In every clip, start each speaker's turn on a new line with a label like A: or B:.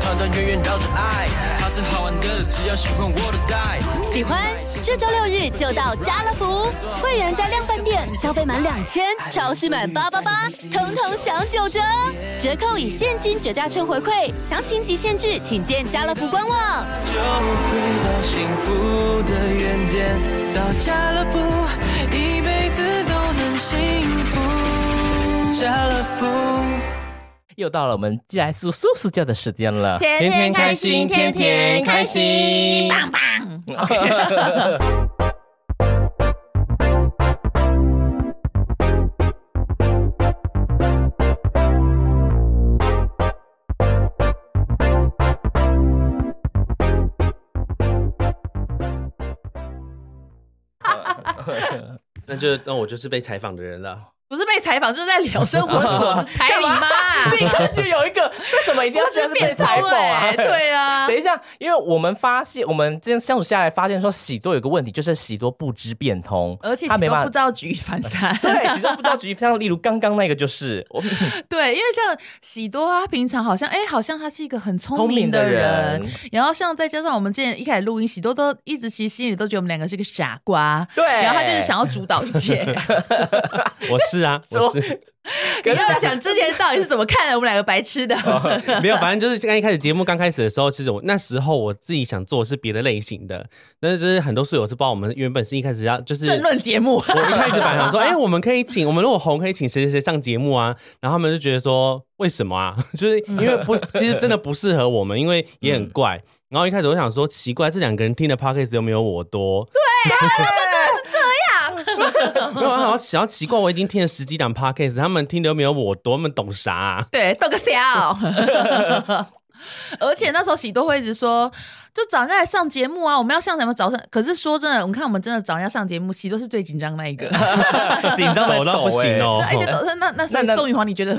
A: 团团圆圆绕着爱，它是好玩的，只要喜欢我的带。
B: 喜欢，这周六日就到家乐福，会员在量贩店消费满两千，超市满八八八，统统享九折，折扣以现金折价券回馈，详情及限制请见家乐福官网。
A: 就回到幸福的原点，到家乐福，一辈子都能幸福。家乐福。
C: 又到了我们寄来叔叔叔教的时间了。
D: 天天开心，天天开心，棒棒！
E: 那就那我就是被采访的人了。
D: 不是被采访，就是在聊生活琐事。 采你妈！
C: 立刻就有一个，为什么一定要这样子 被采访啊？
D: 对啊对 啊
C: 等，一下，因为我们发现，我们这样相处下来，发现说喜多有个问题，就是喜多不知变通，
D: 而且
C: 他
D: 他
C: 没
D: 们
C: 办
D: 不知
C: 法。
D: 道举一反三。
C: 对，喜多不知道举，像例如刚刚那个就是我，
D: 对，因为像喜多，他平常好像哎、好像他是一个很聪
C: 聪明
D: 明
C: 的
D: 的
C: 人
D: 人，然后像再加上我们之前一开始录音，喜多都一直其实心里都觉得我们两个是个傻瓜，
C: 对
D: 然后他就是想要主导一切。
E: 我是啊，我是哦
D: 你要不要想之前到底是怎么看的我们两个白痴的？
E: 没有，反正就是刚一开始节目刚开始的时候，其实我那时候我自己想做的是别的类型的，但是就是很多宿友是帮我们原本是一开始要 就是
D: 政论节目，
E: 我一开始本来想说，哎、我们可以请，我们如果红可以请谁谁谁上节目啊，然后他们就觉得说，为什么啊？ 就是因为不，其实真的不适合我们，因为也
D: 嗯
E: 很怪。然后一开始我想说，奇怪，这两个人听的 podcast 又没有我多，对，
D: 啊
E: 真的是这样。没有，我好像想要奇怪，我已经听了十几档 podcast，他们听的又没有我多，他们懂啥、啊？
D: 对，逗个笑。而且那时候喜多会一直说，就找人家来上节目啊，我们要上什么早上？可是说真的，我们看我们真的找人家上节目，喜多是最紧张那一个，
C: 紧 张的
E: 抖到不行哦、
D: 一直抖。那那那所以
C: 那那
D: 宋雨华，你觉得？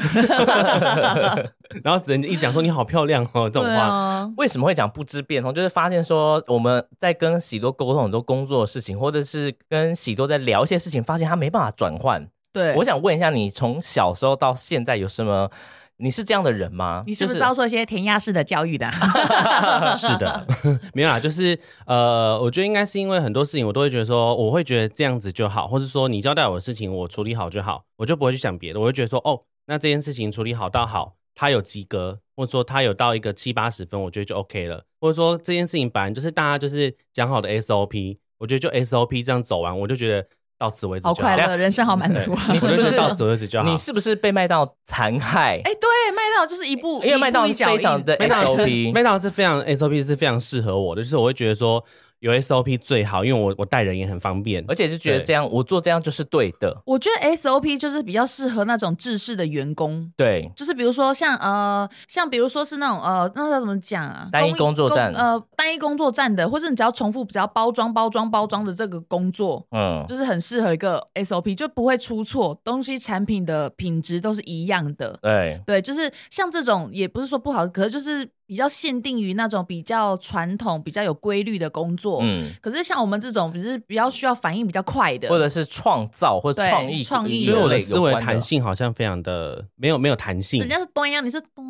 E: 然后只能一讲说你好漂亮哦、这种
D: 对
E: 话。
D: 啊，
C: 为什么会讲不知变通？就是发现说我们在跟喜多沟通很多工作的事情，或者是跟喜多在聊一些事情，发现他没办法转换。
D: 对，
C: 我想问一下，你从小时候到现在有什么？你是这样的人吗？
D: 你是不
C: 就是
D: 遭受一些填鸭式的教育的啊？
E: 是的， 没有啦，就是呃，我觉得应该是因为很多事情我都会觉得说，我会觉得这样子就好，或是说你交代我的事情我处理好就好，我就不会去想别的，我会觉得说，哦，那这件事情处理好到好，他有及格，或者说他有到一个七八十分，我觉得就 OK 了，或者说这件事情本来就是大家就是讲好的 SOP，我觉得就 SOP 这样走完，我就觉得到此为止就
D: 好
E: 好，
D: 快乐，人生好满足啊！
C: 你
E: 我
C: 是
E: 觉
C: 不
E: 得
C: 是
E: 就到此为止就好
C: 你。是不是被麦当残害？
D: 哎，对，麦当劳就是一步，
C: 因为
D: 一步
C: 麦当劳
D: 一脚
C: 非常
D: 印
C: 的
E: 麦当劳是
C: SOP
E: 麦当劳是非常 SOP 是非常适合我的，就是我会觉得说有 SOP 最好，因为我我带人也很方便，
C: 而且是觉得
E: 对
C: 这样，我做这样就是对的。
D: 我觉得 SOP 就是比较适合那种制式的员工，
C: 对，
D: 就是比如说像呃，像比如说是那种呃，那叫怎么讲啊？
C: 单一
D: 供应
C: 工作站
D: 供呃，单一工作站的，或是你只要重复，只要包装、包装、包装的这个工作，
C: 嗯，
D: 就是很适合一个 SOP，就不会出错，东西产品的品质都是一样的。
C: 对，
D: 对，就是像这种也不是说不好，可是就是比较限定于那种比较传统、比较有规律的工作。
C: 嗯，
D: 可是像我们这种，只是比较需要反应比较快的，
C: 或者是创造或者
D: 对
C: 创意，
D: 创意
C: 与
E: 所以我的
C: 类有
E: 思维
C: 关
E: 弹。性好像非常的没有没有弹性
C: 嗯
D: 人。家是端呀，你是端。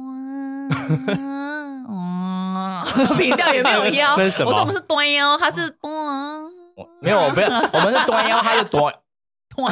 D: 嗯，平调也没 有腰，
E: 那是什么
D: 我说我们是端腰，他是
C: 哦
D: 端
C: 没有，我不要，我们是端腰，他是端
D: 端，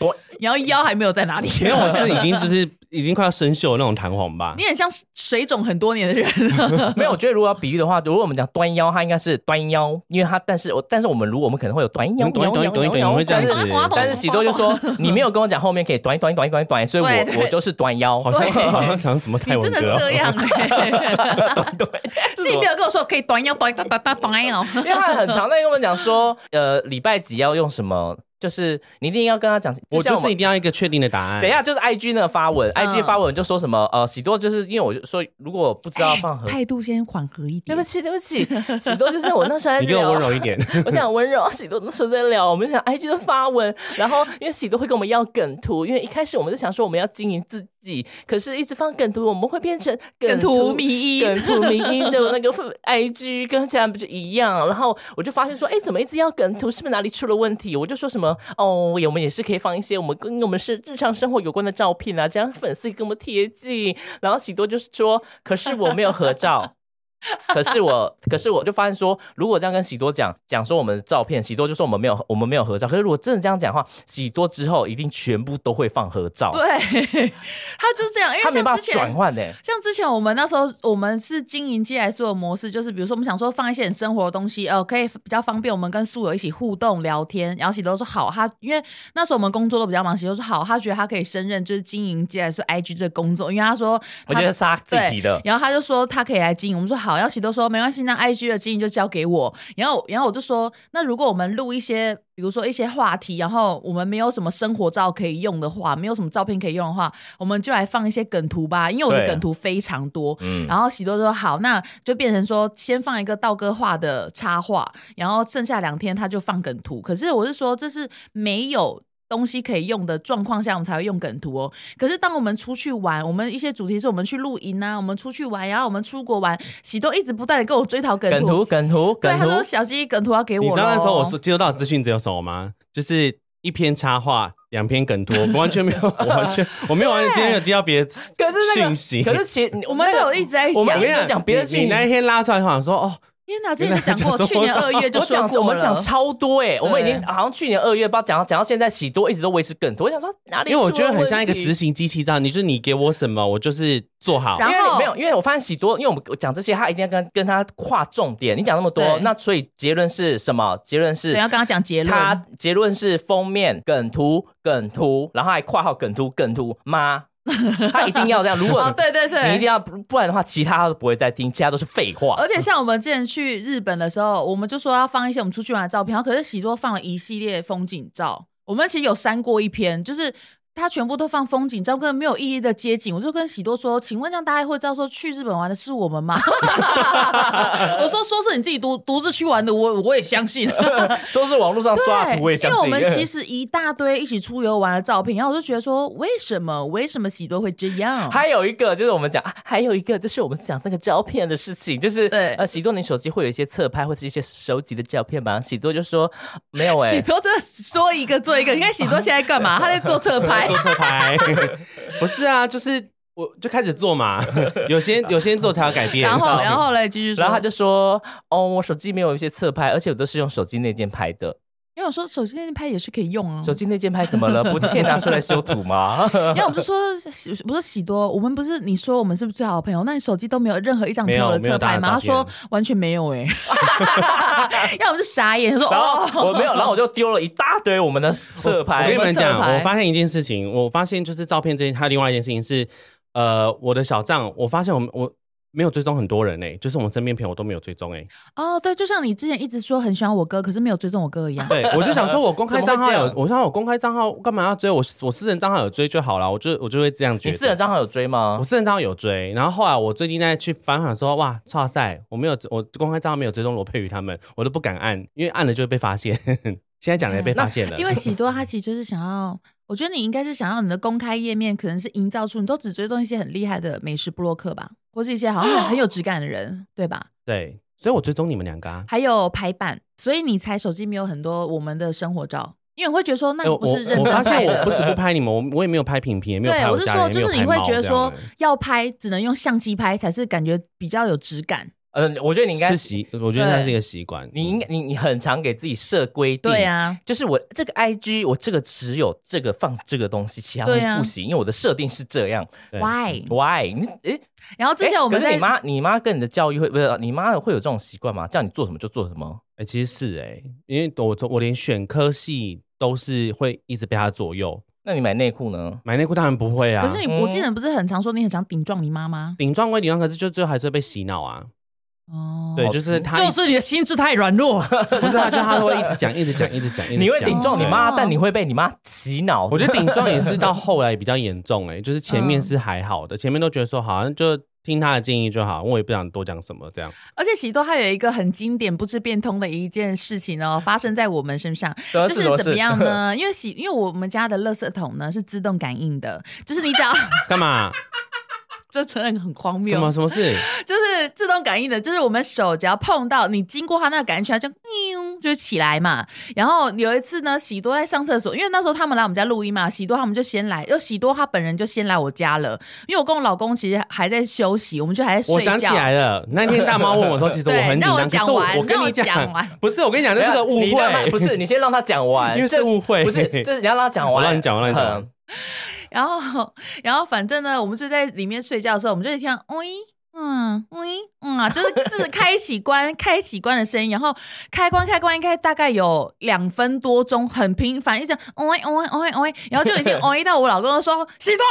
C: 端，
D: 然后腰还没有在哪里。
E: 没有，我是已经就是已经快要生锈的那种弹簧吧
D: 你。很像水肿很多年 的 人。啊
C: 没有。我觉得如果要比喻的话，如果我们讲端腰，它应该是端腰，因为它但是我但是我们如果我们可能会有端腰，
E: 嗯端
C: 腰
E: 端
C: 腰
E: 端
C: 腰
E: 端
C: 腰
E: 你会这样
C: 但是
E: 子
C: 但是喜多就说你没有跟我讲后面可以端端端端端，所以
D: 对
C: 我
D: 对
C: 我就是端腰，
E: 好像
D: 对
E: 好像讲什么
D: 你
E: 泰文
D: 真的
E: 歌
D: 这
E: 哦，
D: 样欸
C: 对，
D: 自己没有跟我说可以端腰，端端端端端哦
C: 因
D: 腰。
C: 为他很常在跟我们讲说，呃，礼拜几要用什么，就是你一定要跟他讲，
E: 我
C: 像
E: 就是
C: 们
E: 一定要一个确定的答案。
C: 等一下，，就是 I G 那个发文、i
D: 嗯
C: G 发文就说什么呃，喜多就是因为我就说，如果不知道放何，
D: 态度先缓和一
C: 对
D: 点
C: 不。起对不 起，喜多就是我那时候在
E: 你给我温
C: 聊。
E: 柔一点。
C: 我想温柔，喜多那时候在聊，我们就想 I G 的发文，然后因为喜多会跟我们要梗图，因为一开始我们就想说我们要经营自己，可是一直放梗图，我们会变成
D: 梗图迷因
C: 梗图迷因的那个 IG 跟现在不就一样？然后我就发现说，哎、怎么一直要梗图？是不是哪里出了问题？我就说什么哦，我们也是可以放一些我们跟我们是日常生活有关的照片啊，这样粉丝跟我们贴近。然后喜多就是说，可是我没有合照。可是我，可是我就发现说，如果这样跟喜多讲讲说我们的照片，喜多就说我们没有我们没有合照。可是如果真的这样讲的话，喜多之后一定全部都会放合照，
D: 对， 他就这样，因
C: 他
D: 为
C: 没办法
D: 像之
C: 转
D: 前。
C: 换欸呢、
D: 像之前我们那时候，我们是经营接下来所有模式，就是比如说我们想说放一些很生活的东西，呃，可以比较方便我们跟宿友一起互动聊天。然后喜多说好，他因为那时候我们工作都比较忙，喜多说好，他觉得他可以胜任就是经营接下来说 IG 这个工作，因为他说
C: 我
D: 他
C: 觉得是他自己
D: 对
C: 提的。
D: 然后他就说他可以来经营，我们说好，然后喜多说没关系，那 IG 的经营就交给我。然后然后我就说，那如果我们录一些，比如说一些话题，然后我们没有什么生活照可以用的话，没有什么照片可以用的话，我们就来放一些梗图吧，因为我的
C: 对
D: 梗图非常多。
C: 嗯，
D: 然后喜多说好，那就变成说先放一个道哥画的插画，然后剩下两天他就放梗图。可是我是说，这是没有。东西可以用的状况下，我们才会用梗图哦。可是当我们出去玩，我们一些主题是我们去露营啊，我们出去玩，然后我们出国玩，喜多一直不断的跟我追讨梗
C: 梗
D: 图。
C: 图梗图
D: 对，
C: 梗
D: 他说
C: 图，
D: 小鸡梗图要给我
E: 你
D: 咯。
E: 知道那时候我是接收到的资讯只有什么吗？就是一篇插画，两篇梗图，我完全没有，我完全我没有完全今天有接到别的
C: 可是那个
E: 讯息。
C: 可是其实
D: 我们都有一直在
C: 我们
D: 讲
E: 我跟你
C: 一直讲别的
E: 你
C: 讯息
E: 你那一天拉出来，好像说哦，
D: 天哪，之前就讲
E: 原来
D: 过，
E: 就
D: 去年
E: 说
D: 二月就
C: 我
D: 说
C: 讲
D: 过
C: 我们讲
D: 了
C: 超多哎、我们已
D: 对
C: 经好像去年二月，不知道讲到讲到现在，喜多一直都维持梗图。我想说哪里
E: 因为
C: 出了
E: 我
C: 问题？
E: 觉得很像一个执行机器这样，你就是你给我什么，我就是做好。
D: 然后
C: 因为你没有，因为我发现喜多，因为我们讲这些，他一定要跟跟他划重点。你讲那么多
D: 对，
C: 那所以结论是什么？结论是
D: 对，要跟他讲结论。
C: 他结论是封面梗图梗图，然后还括号梗图梗图妈， 他一定要这样。如果
D: 哦，对对对，
C: 你一定要不不然的话，其他他都不会再听，其他都是废话。
D: 而且像我们之前去日本的时候，我们就说要放一些我们出去玩的照片，然后可是喜多放了一系列风景照，我们其实有删过一篇，就是。他全部都放风景照，根本没有意义的街景。我就跟喜多说：“请问这样大家会知道说去日本玩的是我们吗？” 我说：“说是你自己独独自去玩的，我我也相信。”
C: 说是网络上 抓
D: 呃对，
C: 的图，我也相信。
D: 因为我们其实一大堆一起出游玩的照片，然后我就觉得说：“为什么？为什么喜多会这样？”
C: 还有一个就是我们讲，啊还有一个就是我们讲那个照片的事情，就是
D: 对
C: 呃，喜多你手机会有一些侧拍或者一些收集的照片吧？喜多就说没有 哎、
D: 喜多真的说一个做一个。你看喜多现在 干嘛？他在做侧
E: 做。
D: 拍
E: 错牌， 不是啊，就是我就开始 做嘛，有些有些人做才有改变。
D: 然后，然后嘞，继续说。
C: 然后他就说：“哦，我手机没有一些侧拍，而且我都是用手机内件拍的。
E: 哦
D: 因为我说手机那拍也是可以用啊。
C: 手机内件拍怎 么了？不就可以拿出来修图吗？
D: 然后我们就说，喜不是喜多，我们不是你说我们是不是最好的朋友？那你手机都没有任何一张朋友的侧拍吗？
E: 没
D: 他
E: 有没有
D: 说
E: 大家的照
D: 完全没 有哎、欸，要我们就傻眼，说
C: 然
D: 哦，
C: 后我没有，然后我就丢了一大堆我们的侧
E: 我
C: 拍
E: 跟你。们讲
D: 侧，拍
E: 我发现一件事情，我发现就是照片这件，还有另外一件事情是，呃，我的小账，我发现我们我没有追踪很多人哎、就是我们身边朋友都没有追踪哎、
D: 哦，对，就像你之前一直说很喜欢我哥，可是没有追踪我哥一样。
E: 对，我 就想说，我公开账
C: 怎
E: 号
C: 么会
E: 有
C: 这，样
E: 我想我公开账号干嘛要追？我我私人账号有追就好了，我就我就会这样觉
C: 你
E: 得。
C: 私人账号有追吗
E: 我？私人账号有追，然后后来我最近在去翻想说，哇，哇塞，我没有我公开账号没有追踪罗佩瑜他们，我都不敢按，因为按了就会被发现。 现在讲了也被发现了，
D: 嗯因为喜多他其实就是想要，我觉得你应该是想要你的公开页面可能是营造出你都只追踪一些很厉害的美食布洛克吧，或是一些好 像很很有质感的人，对吧？
E: 对，所以我追踪你们两个啊。
D: 还有排版，所以你才手机没有很多我们的生活照，因为我会觉得 说那
E: 哎
D: 你
E: 我
D: 不是认
E: 我
D: 真
E: 发
D: 拍
E: 现我不
D: 的。
E: 止不拍你们，我我也没有拍品品，也没有
D: 对，
E: 拍
D: 我是
E: 家
D: 说，
E: 人，
D: 就是
E: 也
D: 你
E: 没
D: 会
E: 有拍
D: 觉
E: 猫
D: 得
E: 这
D: 说
E: 样的
D: 要拍，只能用相机拍才是感觉比较有质感。
C: 嗯，我觉得你应该
E: 是，习，我觉得它是一个习惯。
C: 你应该你你很常给自己设规定。
D: 对
E: 嗯
D: 啊，
C: 就是我这个 I G，我这个只有这个放这个东西，其他东西
D: 对啊
C: 不行，因为我的设定是这样。
E: 对嗯哎
D: Why？
C: Why？你诶，
D: 然后之前我们
C: 诶可是
D: 在
C: 你妈，你妈跟你的教育会不是？你妈会有这种习惯吗？叫你做什么就做什么？
E: 哎、其实是哎、因为我从我连选科系都是会一直被他左右。
C: 那你买内裤呢？
E: 买内裤当然不会啊，
D: 可是你，我记得不是很常说你很想顶撞你妈妈
E: 顶撞归顶撞，可是就最后还是会被洗脑啊。
D: 哦，
E: 对，就是他，
D: 是你的心智太软 弱。
E: 不是啊，就他会一直讲，一直讲，一直讲，一直讲
C: 你会顶撞你妈，
D: 哦
C: 但你会被你妈洗脑。 嗯
E: 欸我觉得顶撞也是到后来比较严重哎、就是前面是还好的，前面都觉得说好像就听他的建议就好，我也不想多讲什么这样。
D: 而且喜多还有一个很经典、不知变通的一件事情哦，发生在我们身上，
C: 怎么
D: 就
C: 事
D: 是
C: 怎么
D: 怎么
C: 事
D: 样呢？ 因为喜，因为我们家的垃圾桶呢是自动感应的，就是你只要
E: 干嘛？
D: 这真的很荒
E: 什么
D: 谬，
E: 什么事？
D: 就是自动感应的，就是我们手只要碰到你经过它那个感应区，它就喵就起来嘛。然后有一次呢，喜多在上厕所，因为那时候他们来我们家录音嘛，喜多他们就先来，又喜多他本人就先来我家了，因为我跟我老公其实还在休息，我们就还在睡觉。
E: 我想起来了，那天大猫问我说，其实我
D: 对
E: 很紧
D: 让我
E: 张，可
D: 讲
E: 是我
D: 完
E: 我跟
D: 让我
E: 你
D: 讲完
E: 不是我跟你讲，这是个误
C: 你让他
E: 会，
C: 不是，你先让他讲完，
E: 因为是
C: 这
E: 误会
C: 不是，就是你要让他讲
E: 我
C: 完，
E: 让你讲我让你讲完
C: 嗯
D: 然后，然后反正呢，我们就在里面睡觉的时候，我们就会听到喂。嗯，喂，嗯啊，就是 自开启关、开启关的声音，然后开关、开关应该大概有两分多钟，很频繁，一直喂喂喂喂，然后就 已经喂到我老公就说：“西多，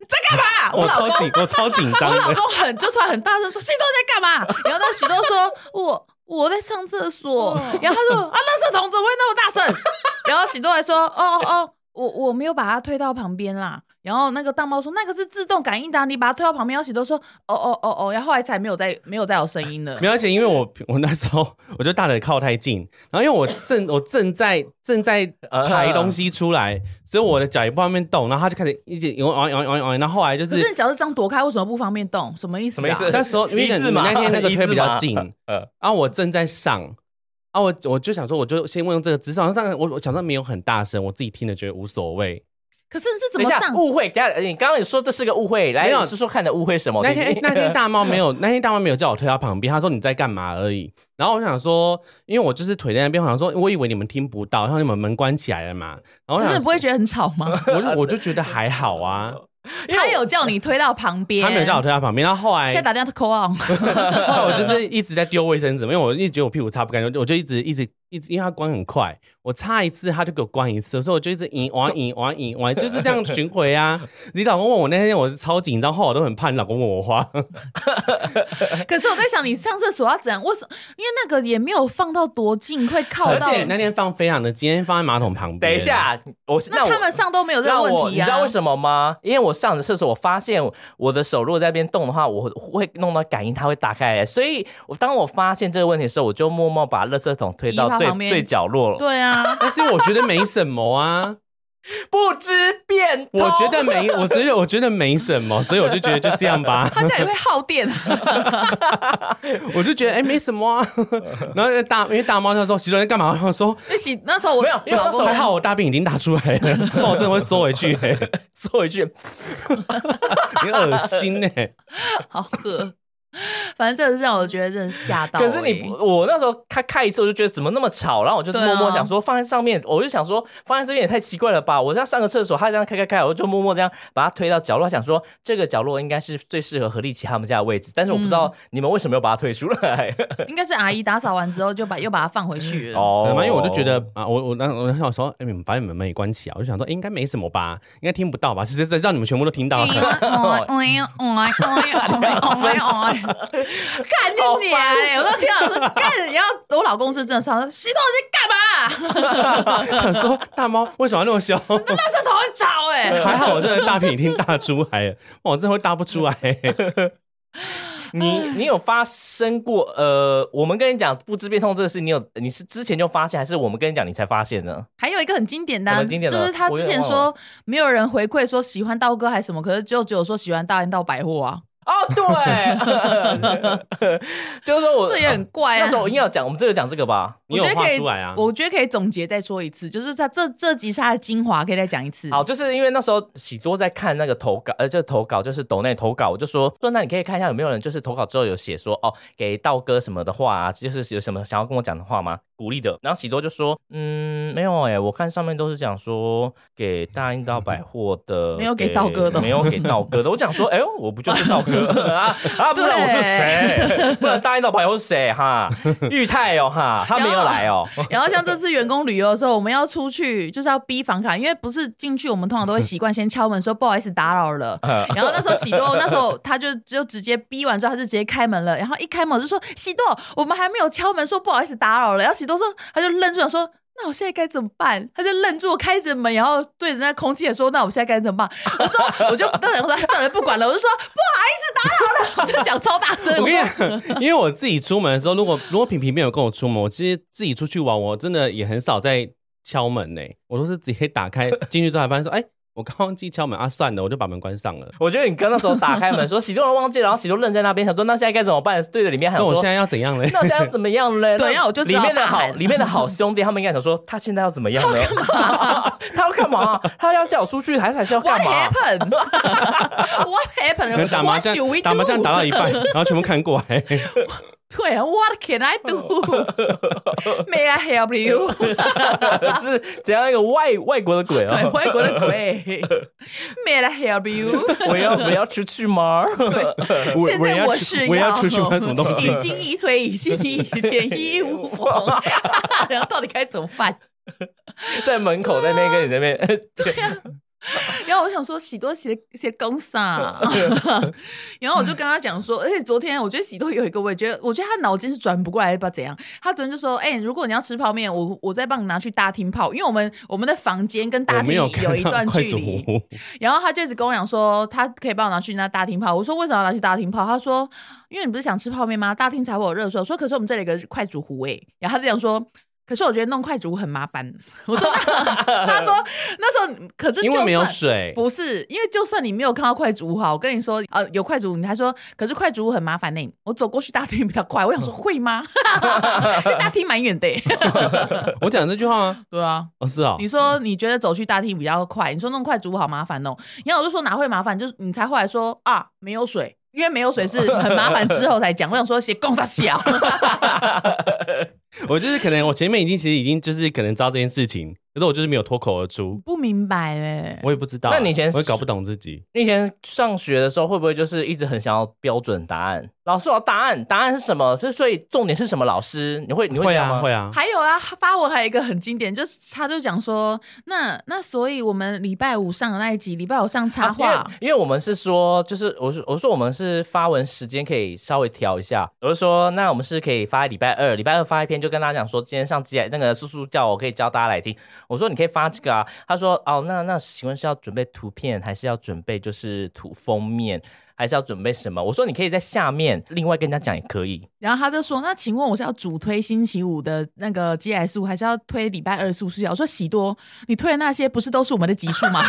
D: 你在干嘛？”
E: 我
D: 老
E: 哦超
D: 公
E: 紧，我超紧张
D: 我老
E: 的。
D: 公很就突然很大声说：“西多在干嘛？” 然后那西多说：“我我在上厕所。” 然后他说：“啊，垃圾桶怎么会那么大声？” 然后喜多还说：“哦哦哦，我我没有把它推到旁边啦。”然后那个大猫说：“那个是自动感应的啊、你把它推到旁边。”然后喜多说：“哦哦哦哦。”然后后来才没有再没有再有声音了
E: 没。有，而且因为我我那时候我就大腿靠太近，然后因为我正我正在正在排东西出来，所以我的脚也不方便动，然后他就开始一直摇摇摇摇摇，然后后来就
D: 可是
E: 是
D: 你脚是这样躲开，为什么不方便动？什么意思、啊？
C: 什么意思？
E: 那时候因 为
C: 一字
E: 你
C: 马
E: 那天那个推比较近，
C: 一 字马呃，
E: 啊我正在上。啊，我我就想说，我就先用这个姿势，好像上我我想说没有很大声，我自己听了觉得无所谓。
D: 可是你是
C: 等
D: 怎
C: 一
D: 么
C: 下哦
D: 上？
C: 误会，等一下呃你刚刚你说这是个误会，来
E: 没有
C: 你说说哦看你的误会是什么？
E: 那天
C: 弟
E: 哎
C: 弟
E: 那 天大猫没有，那天大猫没有叫我推到旁边，他说你在干嘛而已。然后我想说，因为我就是腿在那边，我想说我以为你们听不到，然后你们门关起来了嘛。然后我
D: 可
E: 想
D: 是
E: 说
D: 你不会觉得很吵 吗？
E: 我就 我就觉得还好啊，
D: 他有叫你推到旁边，
E: 他没有叫我推到旁边，然后后来
D: 现在打电话 call on。
E: 后来我就是一直在丢卫生纸，因为我一直觉得我屁股擦不干净，我就一直一直一直，因为它关很快，我擦一次它就给我关一次，所以我就一直赢玩赢玩赢玩，就是这样巡回啊。你老公问我那天我是超紧张，后来我都很怕你老公问我话，
D: 哦可是我在想，你上厕所要怎样？为什么？因为那个也没有放到多近，会靠
E: 而
D: 到。
E: 且那天放非常的，今天放在马桶旁边。
C: 等一，下，我
D: 那
C: 我
D: 他们上都没有这个
C: 让我，
D: 问
C: 你
D: 题啊。
C: 知道为什么吗？因为我上着厕所，我发现我的手如果在那边动的话，我会弄到感应，它会打开来。所以我当我发现这个问题的时候，我就默默把垃圾桶推
D: 移到
C: 到最
D: 旁边
C: 最角落了。
D: 对啊，
E: 但是我觉得没什么啊，
C: 不知变通，
E: 我觉得没，我觉得我觉得没什么，所以我就觉得就这样吧。
D: 他这样也会耗电啊。
E: 我就觉得哎、没什么啊。 然后那大因为大猫那时候洗澡在干嘛？我说
D: 一起那时候我
C: 没有因为那时候
E: 还好我大便已经大出来了， 不然我真的会缩回去、欸，
C: 说一句，
E: 你恶心欸呢、
D: 好喝。反正这是让我觉得真的吓到、欸。
C: 可是你不我那时候开开一次，我就觉得怎么那么吵，然后我就
D: 对啊
C: 默默想说放在上面，我就想说放在这边也太奇怪了吧。我要上个厕所，他这样开开开，我就默默这样把它推到角落，想说这个角落应该是最适合何立奇他们家的位置，但是我不知道你们为什么要把它推出 来。
D: 应该是阿姨打扫完之后就把又把它放回去了。
C: 哦
E: 因为我就觉得啊，我我那我那时候说，哎、你们把你们门也关起啊，我就想说，哎、应该没什么吧，应该听不到吧？其实这让你们全部都听到、啊。
D: 干你娘嘞！我都听到我说干，然后我老公是真的上，洗头你在干嘛？
E: 想说大猫为什么要那么凶？
D: 那是头很吵哎、
E: 还好我真的大便已经大出来了，哇我真的会大不出来、
C: 你 你有发生过呃，我们跟你讲不知变通这个事，你有你是之前就发现，还是我们跟你讲你才发现呢？
D: 还有一个很经典的啊、
C: 什么经典的
D: 就是他之
C: 我
D: 前
C: 有点忘
D: 说没有人回馈说喜欢道哥还是什么，可是就只有说喜欢大恩道百货啊，
C: 哦，对， 就是说我
D: 这也很怪啊
C: 那时。候我硬要讲，我们这个讲这个吧。
E: 你有
D: 我觉得
E: 画
D: 可以
E: 出来啊？
D: 我觉得可以总结再说一次，就是他这这集是他的精华，可以再讲一次。
C: 好，，就是因为那时候喜多在看那个投稿，呃，就是投稿，就是抖内投稿，我就说说，那你可以看一下有没有人就是投稿之后有写说哦，给道哥什么的话、啊，就是有什么想要跟我讲的话吗？鼓励的。然后喜多就说，嗯，没有哎、我看上面都是讲说给大英道百货的，
D: 没有给道哥的
C: 没有给道哥的。我讲说，哎呦，我不就是道哥 啊啊，不然我是谁？ 不然大英道百货是谁 哈？裕泰哦哈，他没有来哦。
D: 然后像这次员工旅游的时候，我们要出去就是要逼房卡，因为不是进去我们通常都会习惯先敲门说不好意思打扰了。 然后那时候喜多，那时候他就就直接逼完之后，他就直接开门了。然后一开门我就说喜多，我们还没有敲门，说不好意思打扰了。然后喜多说，他就愣住了说。那我现在该怎么办？他就愣住，开着门，然后对着那空气也说：“那我现在该怎么办？”我说：“我就当然我说算了，不管了。”我就说：“不好意思，打 打扰了，就讲超大声。
E: 我跟
D: 说
E: 你 讲，因为我自己出门的时候，如果如果平平没有跟我出门，我其实自己出去玩，我真的也很少在敲门呢、我都是直接打开进去之后，还发现说，哎、 我刚忘记敲门啊，算了，我就把门关上了。
C: 我觉得你刚那时候打开门说喜多人忘记了，然后喜多愣在那边，想说那现在该怎么办？对着里面喊
E: 那我
C: 说
E: 现。在要怎 样嘞？
C: 那现在要怎么样嘞？
D: 对
C: 那
D: 啊我就知
C: 里
D: 道
C: 面的
D: 大
C: 好，
D: 喊
C: 里面的好兄弟，他们应该想说，他现在要怎么样呢？他要干嘛？啊他要叫我出去，还是还是要
D: What
C: 干嘛？
D: happened？What
E: 可能
D: happened？
E: 打麻将
D: What should we，
E: 打麻将
D: do？
E: 打到一半，然后全部看过来、
D: 对啊，What can I do？May I help you？
C: 是怎样一个外外国的鬼
D: 对，
C: 哦？
D: 外国的鬼，May I help you？
C: 我要我要出去吗？
E: 我
D: 现
E: 我也
D: 在
E: 要
D: 我
E: 出
D: 是
E: 我也要出去玩什么东西
D: 已经一推已经一点一 无妨，然后到底该怎么办？
C: 在门口那边跟你那边，
D: 然后我想说喜多写写公啥，
E: 嗯
D: 然后我就跟他讲说，而且昨天我觉得喜多有一个，我也觉得我觉得他脑筋是转不过来，不知道怎样。他昨天就说，哎、如果你要吃泡面，我我再帮你拿去大厅泡，因为我们我们的房间跟大
E: 我
D: 厅
E: 没有
D: 有
E: 看
D: 一
E: 到
D: 段
E: 筷
D: 距
E: 子
D: 离。
E: 壶，
D: 然后他就一直跟我讲说，他可以帮我拿去那大厅泡。我说为什么要拿去大厅泡？他说，因为你不是想吃泡面吗？大厅才会有热水。我说可是我们这里有个快煮壶诶、然后他就讲说。可是我觉得弄快煮壶很麻烦。我说， 他说那时候可是就
E: 因为没有
D: 算
E: 水。
D: 不是，因为就算你没有看到快煮好，我跟你说，呃，有快煮，你还说，可是快煮很麻烦呢、我走过去大厅比较快，我想说会吗？因为大厅蛮远的、欸。
E: 我讲这句话吗？
D: 嗯 对啊，
E: 哦，是哦
D: 你。说你觉得走去大厅比较快，你说弄快煮好麻烦哦。然后我就说哪会麻烦，就是你才后来说啊没有水，因为没有水是很麻烦之后才讲。我想说写啊共啥 小，
E: 我就是可能我前面已经其实已经就是可能知道这件事情，可是我就是没有脱口而出，
D: 不明白哎、
E: 我也不知道。欸
C: 那你以前
E: 我也搞不懂自己，
C: 你以前上学的时候会不会就是一直很想要标准答案？老师，我要答案，答案是什么？是所以重点是什么？老师，你会你会
E: 会
C: 这样
E: 啊
C: 吗？
E: 会啊，
D: 还有啊，发文还有一个很经典，就是他就讲说，那那所以我们礼拜五上的那一集，礼拜五上插
C: 啊因
D: 画，
C: 为因为我们是说，就是我是我说我们是发文时间可以稍微调一下，我就说那我们是可以发礼拜二，礼拜二发一篇，就跟大家讲说今天上鸡那个叔叔叫我可以教大家来听，我说你可以发这个啊，他说哦那那请问是要准备图片还是要准备就是图封面？还是要准备什么？我说你可以在下面另外跟人家讲也可以。
D: 然后他就说：“那请问我是要主推星期五的那个鸡来素，还是要推礼拜二素素？”我说：“喜多，你推的那些不是都是我们的集数吗？”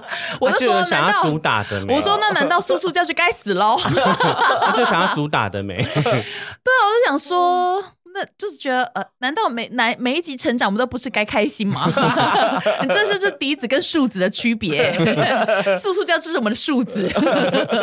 D: 我就
E: 他有
D: 说：“
E: 想
D: 难
E: 要主
D: 道？”
E: 打的没？
D: 我说：“那难道素素教去该死喽？”对啊，
E: 他就想要主打的 没？
D: 我就想
C: 哦
D: 说，那就是觉得呃，难道每哪每一集成长，我们都不是该开心吗？ 你这就是笛子跟树子的区 别，素素教这是我们的树子。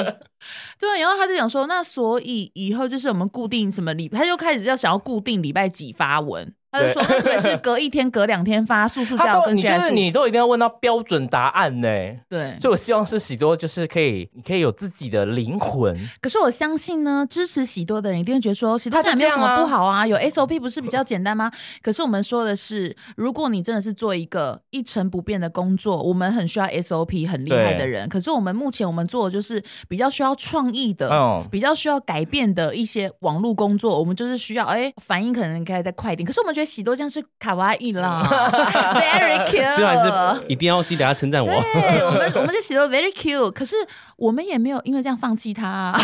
D: 对啊，然后他就讲说，那所以以后就是我们固定什么礼，他就开始要想要固定礼拜几发文，他就说那是不是隔一天、隔两天发素素
C: 他
D: 教
C: 都
D: 跟
C: 你就是
D: GS
C: 你都一定要问到标准答案呢、
D: 对。
C: 所以我希望是喜多就是可以，你可以有自己的灵魂。
D: 可是我相信呢，支持喜多的人一定会觉得说，喜多
C: 他
D: 这
C: 就
D: 样
C: 这
D: 没
C: 样
D: 有
C: 啊呃
D: 什么不好啊，有 SOP 不是比较简单吗？可是我们说的是，如果你真的是做一个一成不变的工作，我们很需要 SOP 很厉害的人。可是我们目前我们做的就是比较需要创意的，
C: 嗯
D: 比较需要改变的一些网络工作，我们就是需要哎、反应可能可以再快一点。可是我们觉得喜多这样是卡哇伊 啦，very cute，
E: 最后还是一定要记得要称赞我。
D: 呃对我们，我们就写的 very cute，可是我们也没有因为这样放弃他、啊。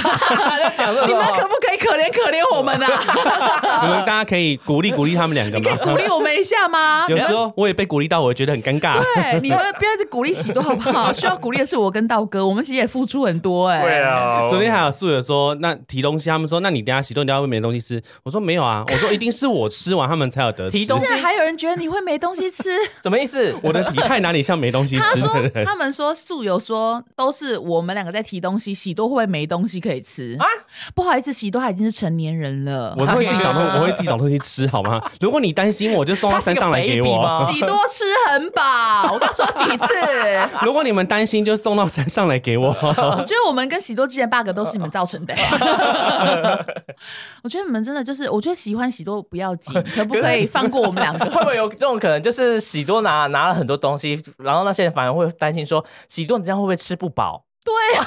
C: 讲这
D: 你们
C: 种
D: 可不可以可怜可怜我们 啊？
E: 你们大家可以鼓励鼓励他们两个吗？
D: 鼓励我们一下吗？
E: 有时候我也被鼓励到，我也觉得很尴尬。
D: 对，你们不要一直鼓励喜多好不 好？需要鼓励的是我跟道哥，我们其实也付出很多哎、
C: 对啊，
E: 昨天还有宿友说，那提东西，他们说，那你等一下洗东，你要不要没东西吃？我说没有啊，我说一定是我吃完他们才有得吃。
C: 提东西
D: 现在还有人觉得你会没东西 吃？
C: 什么意思？
E: 我的体态哪里像没东西
D: 他
E: 吃的
D: 说，
E: 人？
D: 他们说素友说都是我们两个在提东西，喜多会不会没东西可以吃
C: 啊？
D: 不好意思，喜多他已经是成年人了，
E: 我会自己找东，我会自己找东西吃好吗？如果你担心，我就送到山上来给我。
C: 他
D: 喜多吃很饱，我跟他说几次。
E: 如果你们担心，就送到山上来给我。
D: 我觉得我们跟喜多之前 bug 都是你们 造成的、我觉得你们真的就是，我觉得喜欢喜多不 要紧，可不可以放过我们两个？
C: 会不会有这种可能？就是喜多拿拿了很多东西，然后那些人反而会担心说，喜多你这样会不会吃不饱？
D: 对啊，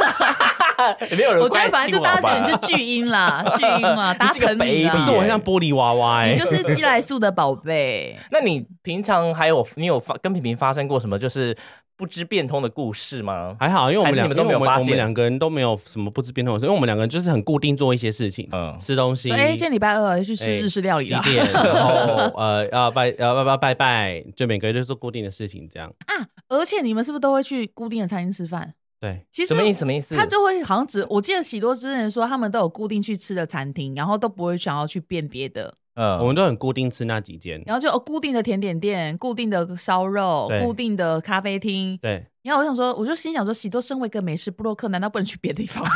C: 没有人
D: 我觉
C: 关
D: 得反
C: 心
D: 正就
C: 我好
D: 大
C: 吧
D: 家觉得你是巨 婴啦，啊巨婴啦，大
C: 你
D: 家
C: 是个
D: 疼你
C: baby 啊
E: 可
D: 啦
E: 是，我很像玻璃娃娃、欸，
D: 你就是寄来素的 宝贝。
C: 那你平常还有你有发跟平平发生过什么就是不知变通的故事吗？
E: 还好，因为我
C: 还
E: 们
C: 是
E: 两
C: 你们都没有
E: 因为我
C: 发
E: 们
C: 现
E: 我们两个人都没有什么不知变通的事，因为我们两个人就是很固定做一些事情，
C: 嗯
E: 吃东西，
D: 说哎，今天礼拜二要去吃
E: 哎
D: 日式料理啊
E: 几
D: 啦。
E: 点，然后呃要拜要拜拜拜拜，就每个人就做固定的事情这样。
D: 啊！而且你们是不是都会去固定的餐厅吃饭？
E: 对，
D: 其实
C: 什么意思？什么意思？
D: 他就会好像只我记得喜多之前说他们都有固定去吃的餐厅，然后都不会想要去变别的，
C: 嗯
E: 我们都很固定吃那几间。
D: 然后就、哦、固定的甜点店、固定的烧肉、
E: 对
D: 固定的咖啡厅。
E: 对，
D: 然后我想说，我就心想说，喜多身为一个美食布洛克，难道不能去别的地方吗？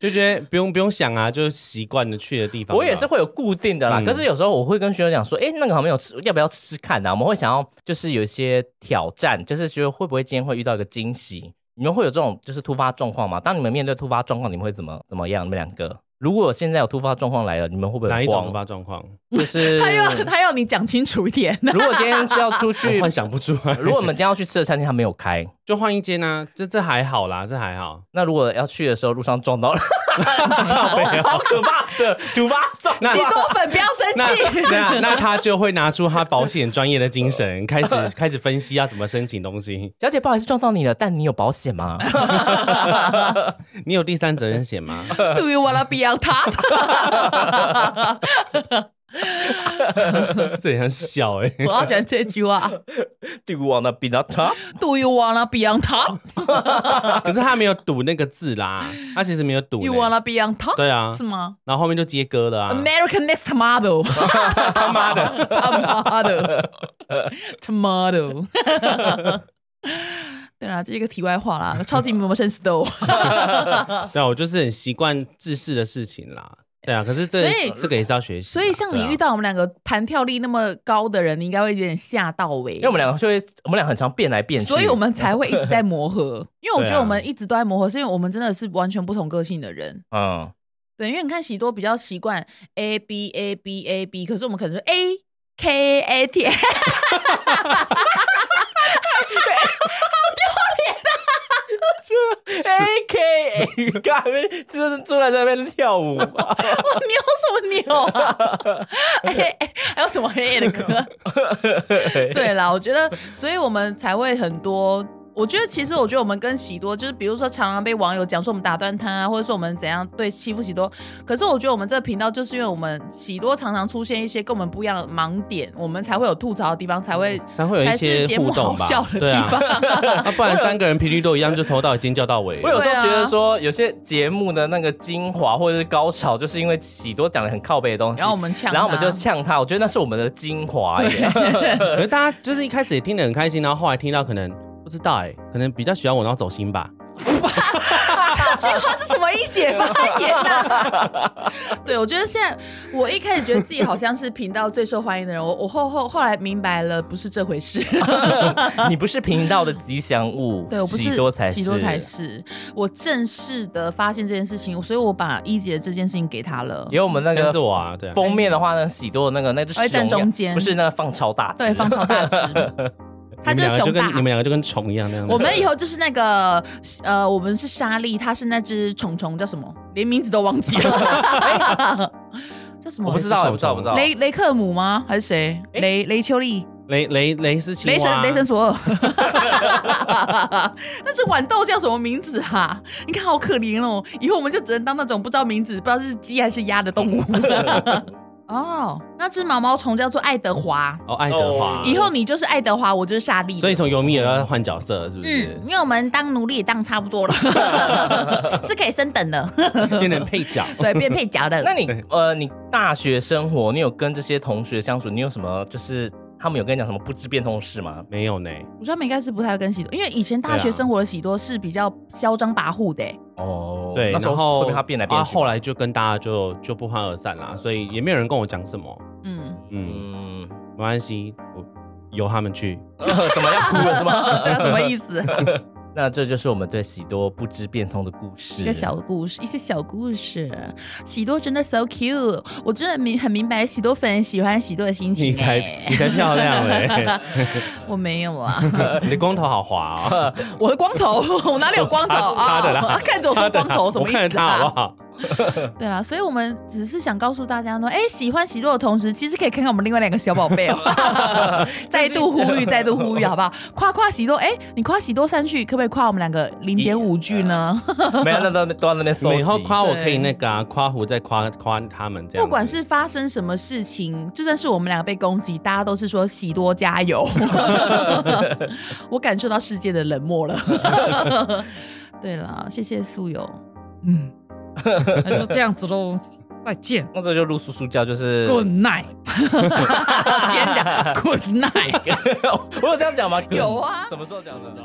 E: 就觉得不用不用想啊，就习惯的去的地方嘛。
C: 我也是会有固定的啦，
E: 嗯
C: 可是有时候我会跟学友讲说，哎、那个好像有吃，要不要吃吃看呢、啊？我们会想要就是有一些挑战，就是觉得会不会今天会遇到一个惊喜？你们会有这种就是突发状况吗？当你们面对突发状况，你们会怎么怎么样？你们两个，如果现在有突发状况来了，你们会不会
E: 哪一种
C: 慌
E: 突发状况？
C: 就是
D: 他要他要你讲清楚一点。
C: 如果今天是要出去
E: 我，幻想不出来。
C: 如果我们今天要去吃的餐厅它没有开，
E: 就换一间啊，这这还好啦，这还好。
C: 那如果要去的时候路上撞到了， 好可怕 的突发状
E: 那
D: 喜
C: 况。
D: 多粉不要
E: 那
D: 生气。
E: 那那他就会拿出他保险专业的精 神，开始开始分析要怎么申请东西。
C: 小姐，不好意思撞到你了，但你有保险 吗？
E: 你有第三责任险 吗？
D: Do you wanna be on top？
E: 这很小 哎、
D: 我好喜欢这句话。
C: Do you wanna be the
E: 啊
C: top？
D: Do you wanna be on top？
E: 可是他没有赌那个字啦，他其实没有赌呢、
D: You wanna be on top？
E: 对啊
D: 是吗
E: 然后后面就接歌
D: 呃
E: 了啊。
D: ？American Next Model，他妈的，他妈的，Tomato。对啦，这是一个题外话啦，超级魔神 Stow。
E: 对啊，我就是很习惯制式的事情啦。对啊，可是
D: 所
E: 这
D: 以
E: 这个也是要学习嘛。
D: 所以像你
E: 对啊
D: 遇到我们两个弹跳力那么高的人，你应该会有点吓到为。
C: 因为我们两个就会，我们俩很常变来变去，
D: 所以我们才会一直在磨合，因为我觉
E: 对
D: 得
E: 啊
D: 我们一直都在磨合，是因为我们真的是完全不同个性的人。
C: 嗯，
D: 对，因为你看喜多比较习惯 A B A B A B，可是我们可能说 A K A T，啊
C: 是 A K A，干就是坐在那边跳舞吧，
D: 你有 什么牛啊？哎哎还有什么黑的歌？对啦，我觉得，所以我们才会很多。我觉得其实，我觉得我们跟喜多，就是比如说常常被网友讲说我们打断他啊，或者说我们怎样对欺负喜多。可是我觉得我们这个频道，就是因为我们喜多常常出现一些跟我们不一样的盲点，我们才会有吐槽的地方，才会
E: 才会有一
D: 才是
E: 些
D: 节目
E: 互
D: 好
E: 动吧
D: 笑的，
E: 对
D: 地
E: 啊
D: 方。，
E: 啊不然三个人频率都一样，就从头到尾尖叫到尾
C: 我。有时候
D: 对啊
C: 觉得说，有些节目的那个精华或者是高潮，就是因为喜多讲的很靠背的东西，
D: 然后我们呛他
C: 然后我们就呛他，我觉得那是我们的精华哎耶。
E: 可是大家就是一开始也听得很开心，然后后来听到可能不知道哎、可能比较喜欢我，然后走心吧。
D: 这话是什么一姐发言啊？对，我觉得现在我一开始觉得自己好像是频道最受欢迎的人，我我后后后来明白了，不是这回事。
C: 你不是频道的吉祥物，
D: 对我不是
C: 喜多才是，
D: 喜多才是。我正式的发现这件事情，所以我把一姐这件事情给他了。
C: 因为我们那
E: 那
C: 个
E: 是我啊，对啊，
C: 封面的话呢，喜多的那个那只
D: 会
C: 熊
D: 站中间
C: 不是那个放超大只，
D: 对，放超大只， 他
E: 你们
D: 是
E: 两个就
D: 熊
E: 跟
D: 大
E: 你。们两个就跟虫一样那样子。
D: 我们以后就是那个呃，我们是莎莉，她是那只虫虫叫什么？连名字都忘记 了， 叫什么？
C: 我不知道，
E: 是
C: 我不知道，哎我不知道。
D: 雷雷克姆吗？还是谁？雷雷秋丽？
E: 雷雷雷是青蛙，啊
D: 雷神雷神索尔， 那只豌豆叫什么名字啊？你看好可怜哦，以后我们就只能当那种不知道名字、不知道是鸡还是鸭的动 物。哦，那只毛毛虫叫做爱德华，
E: 哦，爱德华。
C: 哦
D: 以后你就是爱德华，我就是莎莉。
E: 所以从尤米尔要换角色，是不是
D: 嗯，？因为我们当奴隶也当差不多 了，是可以升等的，
E: 变成配角。
D: 嗯 对，变配角的。
C: 那你呃，你大学生活，你有跟这些同学相处，你有什么就是他们有跟你讲什么不知变通的事吗？
E: 没有呢，
C: 哦
D: 我觉得他们应该是不太跟喜多，因为以前大
E: 对
D: 学
E: 啊
D: 生活的喜多是比较嚣张跋扈的、欸
C: 哦，
E: 对，
C: 那时候
E: 然后
C: 说明他变来变
E: 啊
C: 去。
E: 后来就跟大家就就不欢而散啦，所以也没有人跟我讲什么，
D: 嗯，
E: 嗯，
C: 嗯，
E: 没关系，我由他们去。
C: 呃怎么要哭了是吗？
D: 对啊，什么意思？
C: 那这就是我们对喜多不知变通的故事。
D: 一个小故事，一些小故事。喜多真的 so cute，我真的明很明白喜多粉喜欢喜多的心情、
E: 你才
D: 欸
E: 你才漂亮嘞、
D: 我没有啊，
E: 你的光头好滑哦，
D: 我的光头， 我哪里有光头
E: 他
D: 啊？
E: 他的啦，
D: 看着我说
E: 他的
D: 光
E: 啦
D: 头什么
E: 我
D: 意
E: 看着
D: 思
E: 他好
D: 啊
E: 不？好？
D: 对啦，所以我们只是想告诉大家呢，哎，喜欢喜多的同时，其实可以看看我们另外两个小宝 贝哦。 再度呼吁，再度呼吁，好不好？夸夸喜多，哎，你夸喜多三句，可不可以夸我们两个零点五句呢？
C: 没有，那都都在那边搜集。
E: 以后夸我可以那个啊，夸胡再夸夸他们这样子。
D: 不管是发生什么事情，就算是我们两个被攻击，大家都是说喜多加油。我感受到世界的冷漠了。对啦，谢谢素友。
F: 嗯，那就这样子喽，再见
C: 那这就露叔叔教就是
F: ，Good night，
D: 先讲
F: Good night。
C: 我有这样讲吗？
D: 有啊
C: 什么时候讲的？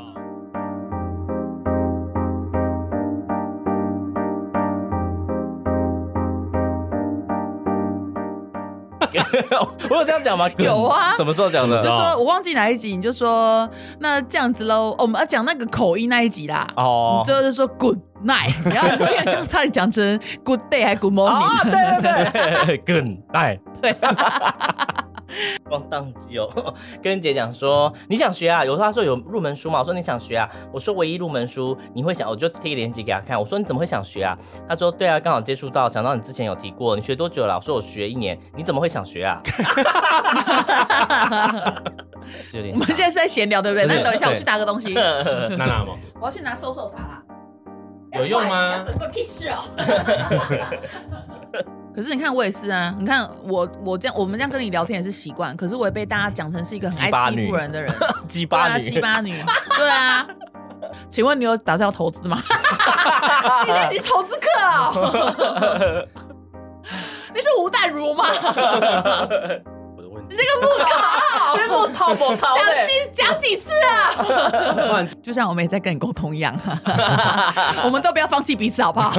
C: 我有这样讲吗？
D: 有啊
C: 什么时候讲的？
D: 就说我忘记哪一集，你就说那这样子喽、哦我们要讲那个口音那一集啦。
C: 哦
D: 你，最后就说 Good night，然后你说因为刚差点讲成 Good day 还 Good
C: 哦
D: morning，、，
C: 对对对，更爱
D: 对
C: 忘当机哦，跟姐讲说你想学啊，有时候她说有入门书嘛，我说你想学啊，我说唯一入门书你会想，我就贴链接给她看，我说你怎么会想学啊？她说对啊，刚好接触到，想到你之前有提过，你学多久了？我说我学一年，你怎么会想学 啊？
E: 有点
D: 我们现在是在闲聊，对不对？那等一下我去拿个东西，我
E: 那那么
D: 要去拿瘦瘦茶啦。
E: 有用吗？
D: 关屁事哦！可是你看我也是啊，你看我我这样我们这样跟你聊天也是习惯，可是我也被大家讲成是一个很
C: 鸡巴
D: 爱欺
C: 女
D: 负人的人，
C: 鸡
D: 对
C: 巴
D: 啊，
C: 女，
D: 鸡巴女，对啊。请问你有打算要投 资吗？你这你是投资客啊、 你是吴淡如吗？
E: 我的问题，
C: 我套我套
D: 讲
C: 嘞，
D: 几讲几次啊？就像我们也在跟你沟通一样， 我们都不要放弃彼此，好不好？